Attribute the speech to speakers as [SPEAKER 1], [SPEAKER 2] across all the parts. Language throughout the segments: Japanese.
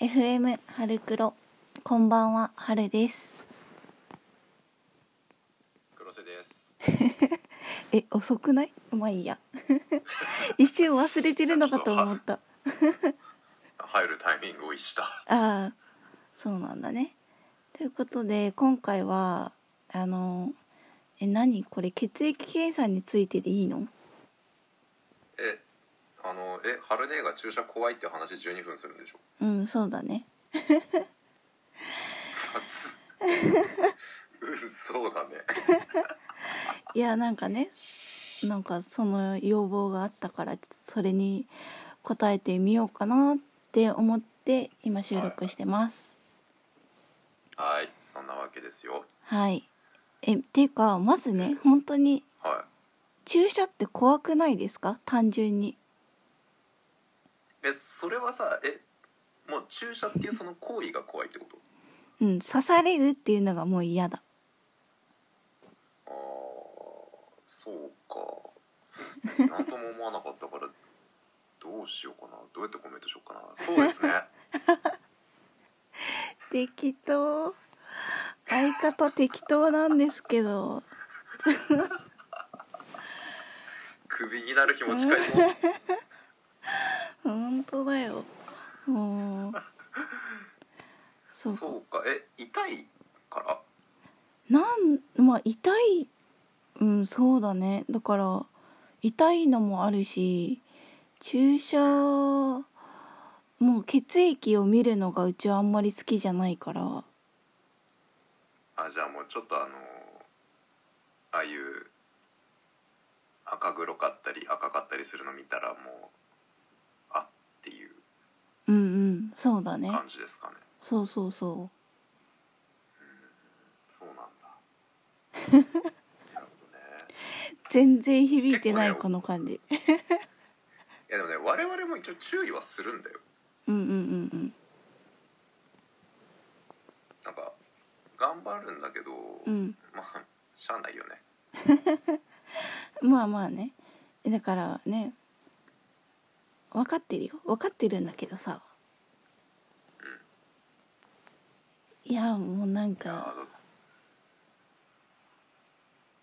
[SPEAKER 1] FM 春黒こんばんは春です
[SPEAKER 2] 黒瀬です。
[SPEAKER 1] え遅くないまあいいや 一瞬忘れてるのかと思 った
[SPEAKER 2] 入るタイミングを逸した。
[SPEAKER 1] ああそうなんだねということで今回はあのえ何これ血液検査についてでいいの
[SPEAKER 2] え、あのえ春姉が注射怖いって話12分するんでしょ。
[SPEAKER 1] うんそうだね
[SPEAKER 2] うんそうだね。
[SPEAKER 1] いやなんかねなんかその要望があったからそれに応えてみようかなって思って今収録してます
[SPEAKER 2] はい、そんなわけですよ。
[SPEAKER 1] はいえていうかまずね本当に
[SPEAKER 2] は
[SPEAKER 1] 注射って怖くないですか単純に
[SPEAKER 2] い。え、それはさ、え、もう注射っていうその行為が怖いってこと。
[SPEAKER 1] うん刺されるっていうのがもう嫌だ
[SPEAKER 2] ああ、そうか。なんとも思わなかったから。どうしようかな。どうやってコメントしようかな。そうですね。
[SPEAKER 1] 適当相方適当なんですけど
[SPEAKER 2] クビになる日も近いぞ。
[SPEAKER 1] 本当だよもうそう
[SPEAKER 2] そうか。え、痛いから。
[SPEAKER 1] なんまあ痛いうんそうだねだから痛いのもあるし注射もう血液を見るのがうちはあんまり好きじゃないから
[SPEAKER 2] あじゃあもうちょっとあのああいう赤黒かったり赤かったりするの見たらもうあっていう
[SPEAKER 1] うんうんそうだね
[SPEAKER 2] 感じですかね
[SPEAKER 1] そうそうそう
[SPEAKER 2] そうなんだ なるほどね
[SPEAKER 1] 全然響いてない
[SPEAKER 2] 結
[SPEAKER 1] こ
[SPEAKER 2] 構
[SPEAKER 1] の感じ
[SPEAKER 2] いやでもね我々も一応注意はするんだよ
[SPEAKER 1] うんうんうん
[SPEAKER 2] なんか頑張るんだけど、
[SPEAKER 1] うん
[SPEAKER 2] まあしゃあないよね
[SPEAKER 1] うんまあまあねだからね分かってるよ分かってるんだけどさいやもうなん
[SPEAKER 2] いやだ
[SPEAKER 1] か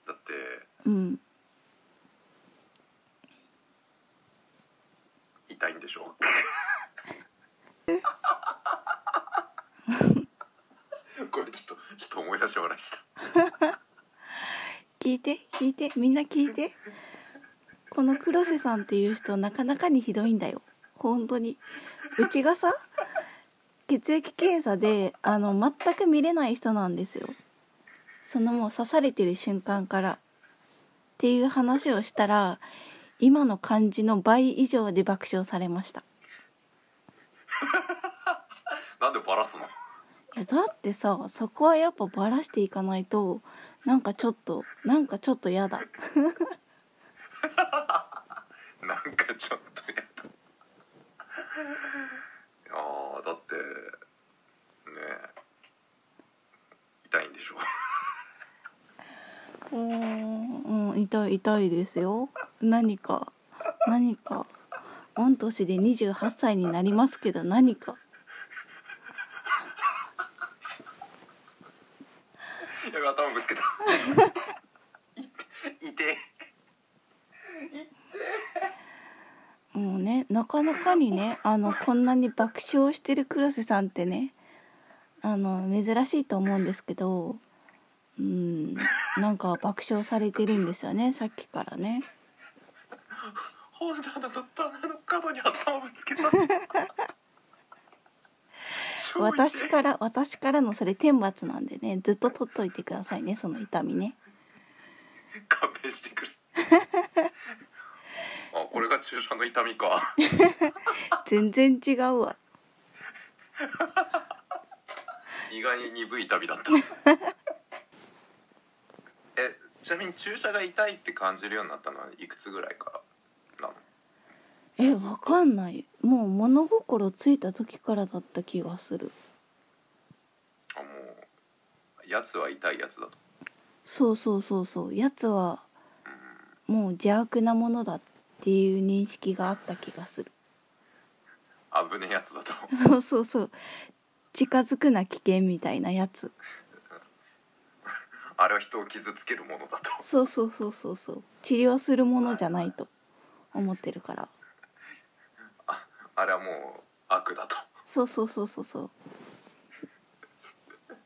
[SPEAKER 2] だって
[SPEAKER 1] うん
[SPEAKER 2] 痛いんでしょこれちょっとちょっと思い出して笑いした
[SPEAKER 1] 聞いて聞いてみんな聞いてこの黒瀬さんっていう人なかなかにひどいんだよ本当にうちがさ血液検査であの全く見れない人なんですよそのもう刺されてる瞬間からっていう話をしたら今の感じの倍以上で爆笑されました
[SPEAKER 2] なんでバラすの
[SPEAKER 1] いやだってさそこはやっぱバラしていかないとなんかちょっとなんかちょっとやだ
[SPEAKER 2] なんかちょっとやだいやーだってねえ痛いんでしょ
[SPEAKER 1] うんうん痛い痛いですよ何か何か御年で28歳になりますけど何か
[SPEAKER 2] やべ頭ぶつけたいて
[SPEAKER 1] もうねなかなかにねあのこんなに爆笑してる黒瀬さんってねあの珍しいと思うんですけどうんなんか爆笑されてるんですよねさっきからね
[SPEAKER 2] 本棚の棚の角に頭ぶつけた超痛い
[SPEAKER 1] 私から私からのそれ天罰なんでねずっと取っといてくださいねその痛みね
[SPEAKER 2] 勘弁して くれあこれが注射の痛 みか
[SPEAKER 1] 全然違うわ
[SPEAKER 2] 意外に鈍い痛みだった えちなみに注射が痛いって感じるようになったのはいくつぐらいからなの
[SPEAKER 1] えわかんないもう物心ついた時からだった気がする
[SPEAKER 2] あもうやつは痛いやつだと
[SPEAKER 1] そうそうそうそうやつはもう邪悪なものだっていう認識があった気がする
[SPEAKER 2] 危ねえやつだと
[SPEAKER 1] そうそうそう近づくな危険みたいなやつ
[SPEAKER 2] あれは人を傷つけるものだと
[SPEAKER 1] そうそうそうそうそう治療するものじゃないと思ってるから
[SPEAKER 2] あれはもう悪だと
[SPEAKER 1] そうそうそうそうそう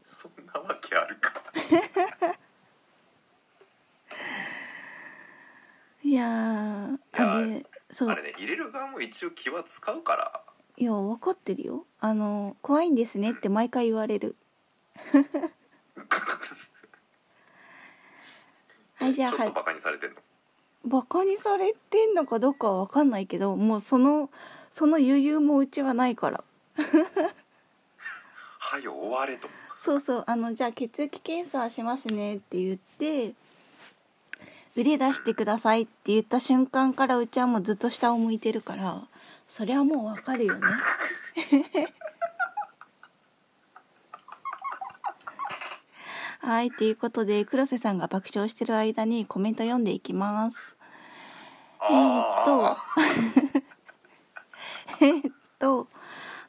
[SPEAKER 2] そんなわけあるか
[SPEAKER 1] いやーあ
[SPEAKER 2] いや
[SPEAKER 1] れそう
[SPEAKER 2] あれね入れる側も一応気は使うから
[SPEAKER 1] いや分かってるよあの怖いんですねって毎回言われ るはいじゃあ
[SPEAKER 2] ちょっ
[SPEAKER 1] は
[SPEAKER 2] とバカにされてんの
[SPEAKER 1] バカにされてんのかどうかは分かんないけどもうそのその余裕もうちはないから
[SPEAKER 2] 「はよ終われ」と
[SPEAKER 1] そうそうあのじゃあ血液検査しますねって言って腕出してくださいって言った瞬間からうちはもうずっと下を向いてるからそれはもうわかるよね はいということで黒瀬さんが爆笑してる間にコメント読んでいきます
[SPEAKER 2] あ
[SPEAKER 1] えーっと
[SPEAKER 2] あ
[SPEAKER 1] えーっと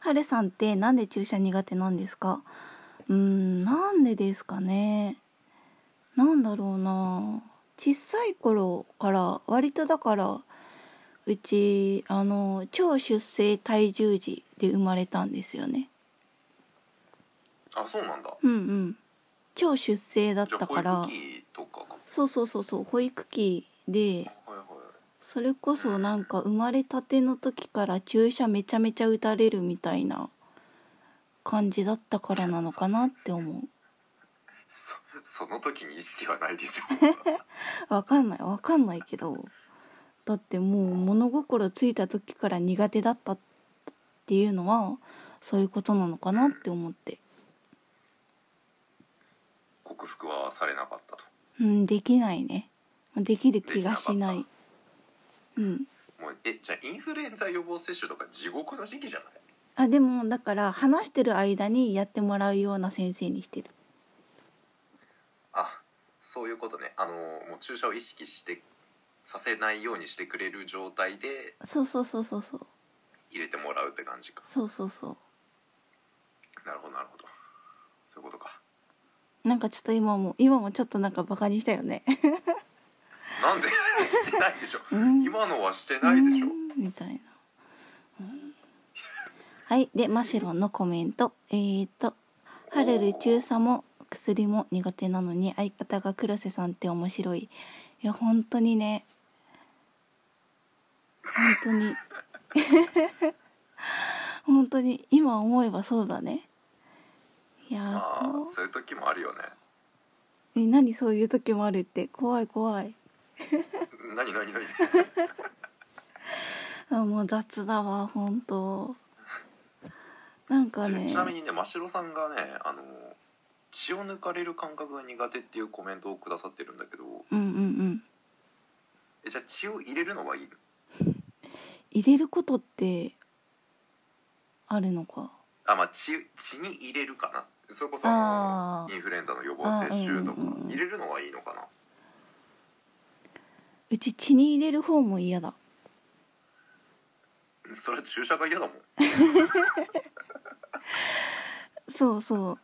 [SPEAKER 1] はるさんってなんで注射苦手なんですかうーんなんでですかねなんだろうな小さい頃から割とだからうちあの超出生体重児で生まれたんですよね
[SPEAKER 2] あそうなんだ
[SPEAKER 1] うんうん超出生だっ
[SPEAKER 2] じゃ
[SPEAKER 1] た
[SPEAKER 2] あ保
[SPEAKER 1] から
[SPEAKER 2] 育器とかか
[SPEAKER 1] そうそうそうそう保育器で
[SPEAKER 2] はいはい
[SPEAKER 1] それこそなんか生まれたての時から注射めちゃめちゃ打たれるみたいな感じだったからなのかなって思
[SPEAKER 2] そその時に意識はないで しょ
[SPEAKER 1] うわかんないわかんないけどだってもう物心ついた時から苦手だったっていうのはそういうことなのかなって思って
[SPEAKER 2] 克服はされなかったと
[SPEAKER 1] うんできないねできる気がしない
[SPEAKER 2] できなか
[SPEAKER 1] うん
[SPEAKER 2] もうえじゃあインフルエンザ予防接種とか地獄の時期じゃない
[SPEAKER 1] あでもだから話してる間にやってもらうような先生にしてる
[SPEAKER 2] あそういうことねあのもう注射を意識してさせないようにしてくれる状態で
[SPEAKER 1] そうそうそうそうそう
[SPEAKER 2] 入れてもらうって感じか
[SPEAKER 1] そうそうそう
[SPEAKER 2] なるほどなるほどそういうことか
[SPEAKER 1] なんかちょっと今も今もちょっとなんかバカにしたよね。
[SPEAKER 2] なんでしてないでしょ
[SPEAKER 1] うん
[SPEAKER 2] 今のはしてないでしょ
[SPEAKER 1] うんみたいな。うんはいでマシロンのコメントえーと「ハルル中佐も薬も苦手なのに相方が黒瀬さんって面白い」いや本当にね本当に 本当に今思えばそうだねいやー
[SPEAKER 2] あ
[SPEAKER 1] こ
[SPEAKER 2] あそういう時もあるよね
[SPEAKER 1] うえ何そういう時もあるって怖い怖い。
[SPEAKER 2] 何何何
[SPEAKER 1] あもう雑だわ本当なんかね
[SPEAKER 2] ちちなみにね真城さんがねあの血を抜かれる感覚が苦手っていうコメントをくださってるんだけど
[SPEAKER 1] うんうんうん
[SPEAKER 2] えじゃあ血を入れるのはいいの
[SPEAKER 1] 入れることってあるのか
[SPEAKER 2] あまあ血血に入れるかなそれこそ
[SPEAKER 1] あー
[SPEAKER 2] インフルエンザの予防接種と
[SPEAKER 1] あーうんうん
[SPEAKER 2] か
[SPEAKER 1] うんうん
[SPEAKER 2] 入れるのはいいのかな
[SPEAKER 1] うち血に入れる方も嫌だ
[SPEAKER 2] それは注射が嫌だもん
[SPEAKER 1] そうそ
[SPEAKER 2] も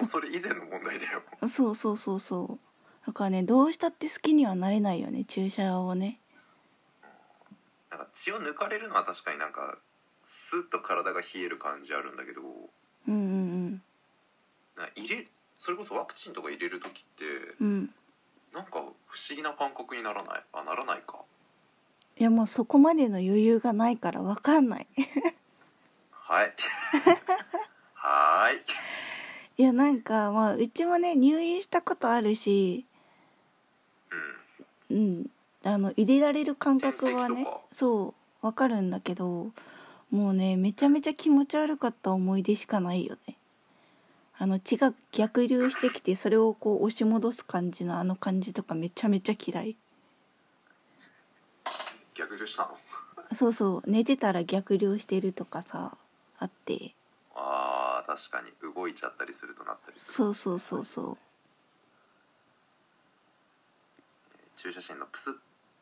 [SPEAKER 2] うそれ以前の問題だよ
[SPEAKER 1] うそうそうそうそうだからねどうしたって好きにはなれないよね注射をね
[SPEAKER 2] なんか血を抜かれるのは確かになんかスッと体が冷える感じあるんだけど
[SPEAKER 1] うんうん
[SPEAKER 2] なんか入れそれこそワクチンとか入れる時って
[SPEAKER 1] うんうん
[SPEAKER 2] なんか不思議な感覚にならないあならないか
[SPEAKER 1] いやもうそこまでの余裕がないからわかんない
[SPEAKER 2] はい はーい
[SPEAKER 1] いやなんかまあうちもね入院したことあるし
[SPEAKER 2] う
[SPEAKER 1] うん、あの入れられる感覚は
[SPEAKER 2] 点
[SPEAKER 1] ね
[SPEAKER 2] 滴とか
[SPEAKER 1] そうわかるんだけどもうねめちゃめちゃ気持ち悪かった思い出しかないよねあの血が逆流してきてそれをこう押し戻す感じのあの感じとかめちゃめちゃ嫌い
[SPEAKER 2] ん逆流したの
[SPEAKER 1] そうそう寝てたら逆流してるとかさあって
[SPEAKER 2] あー確かに動いちゃったりするとなったりする
[SPEAKER 1] そうそうそうそう
[SPEAKER 2] 駐車シーンのプスッ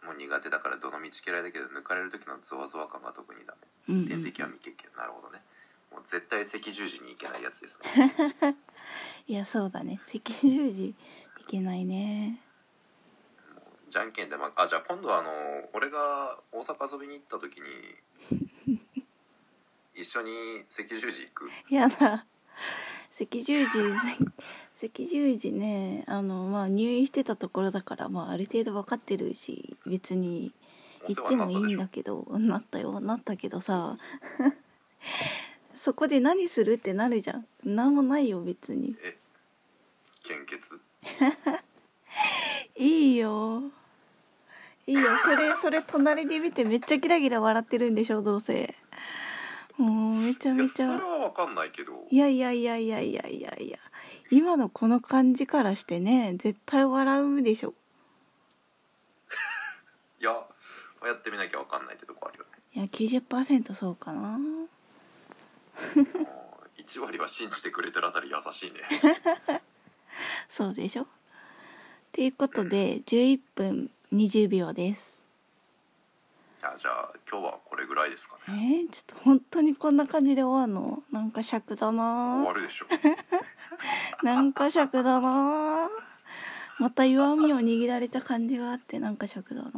[SPEAKER 2] も苦手だからどの道嫌いだけど抜かれる時のゾワゾワ感が特にダメ
[SPEAKER 1] うんうん
[SPEAKER 2] 点滴は未経験なるほどねもう絶対赤十字に行けないやつですね
[SPEAKER 1] いやそうだね赤十字いけないね
[SPEAKER 2] じゃんけんで、まあじゃあ今度はあの俺が大阪遊びに行った 時に一緒に赤十字行く
[SPEAKER 1] やだ赤十字せ赤十字ねあのまあ入院してたところだからまあある程度分かってるし別に
[SPEAKER 2] お
[SPEAKER 1] 行
[SPEAKER 2] 世
[SPEAKER 1] っ
[SPEAKER 2] 話
[SPEAKER 1] て
[SPEAKER 2] にな
[SPEAKER 1] も
[SPEAKER 2] っ
[SPEAKER 1] い
[SPEAKER 2] たで
[SPEAKER 1] い
[SPEAKER 2] し
[SPEAKER 1] ん
[SPEAKER 2] ょ
[SPEAKER 1] だけどなったよなったけどさそこで何するってなるじゃん何もないよ別に
[SPEAKER 2] え献血
[SPEAKER 1] いいよいいよそれそれ隣で見てめっちゃギラギラ笑ってるんでしょどうせもうめちゃ
[SPEAKER 2] いや
[SPEAKER 1] め
[SPEAKER 2] そ
[SPEAKER 1] ち
[SPEAKER 2] れ
[SPEAKER 1] ゃ
[SPEAKER 2] は分かんないけど
[SPEAKER 1] いやいやいやいやいやいやいや今のこの感じからしてね絶対笑うでしょ
[SPEAKER 2] いややってみなきゃ分かんないってとこあるよね
[SPEAKER 1] いや90%そうかな
[SPEAKER 2] 1割は信じてくれてるあたり優しいね
[SPEAKER 1] そうでしょということで11分20秒です
[SPEAKER 2] あじゃあ今日はこれぐらいですか
[SPEAKER 1] え
[SPEAKER 2] ね
[SPEAKER 1] ー、ちょっと本当にこんな感じで終わるのなんか尺だ
[SPEAKER 2] 終
[SPEAKER 1] な
[SPEAKER 2] わるでしょ
[SPEAKER 1] なんか尺だなまた弱みを握られた感じがあってなんか尺だな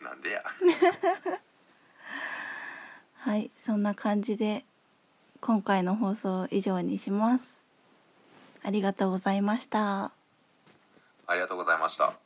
[SPEAKER 2] なんでや
[SPEAKER 1] はいそんな感じで今回の放送を以上にしますありがとうございました
[SPEAKER 2] ありがとうございました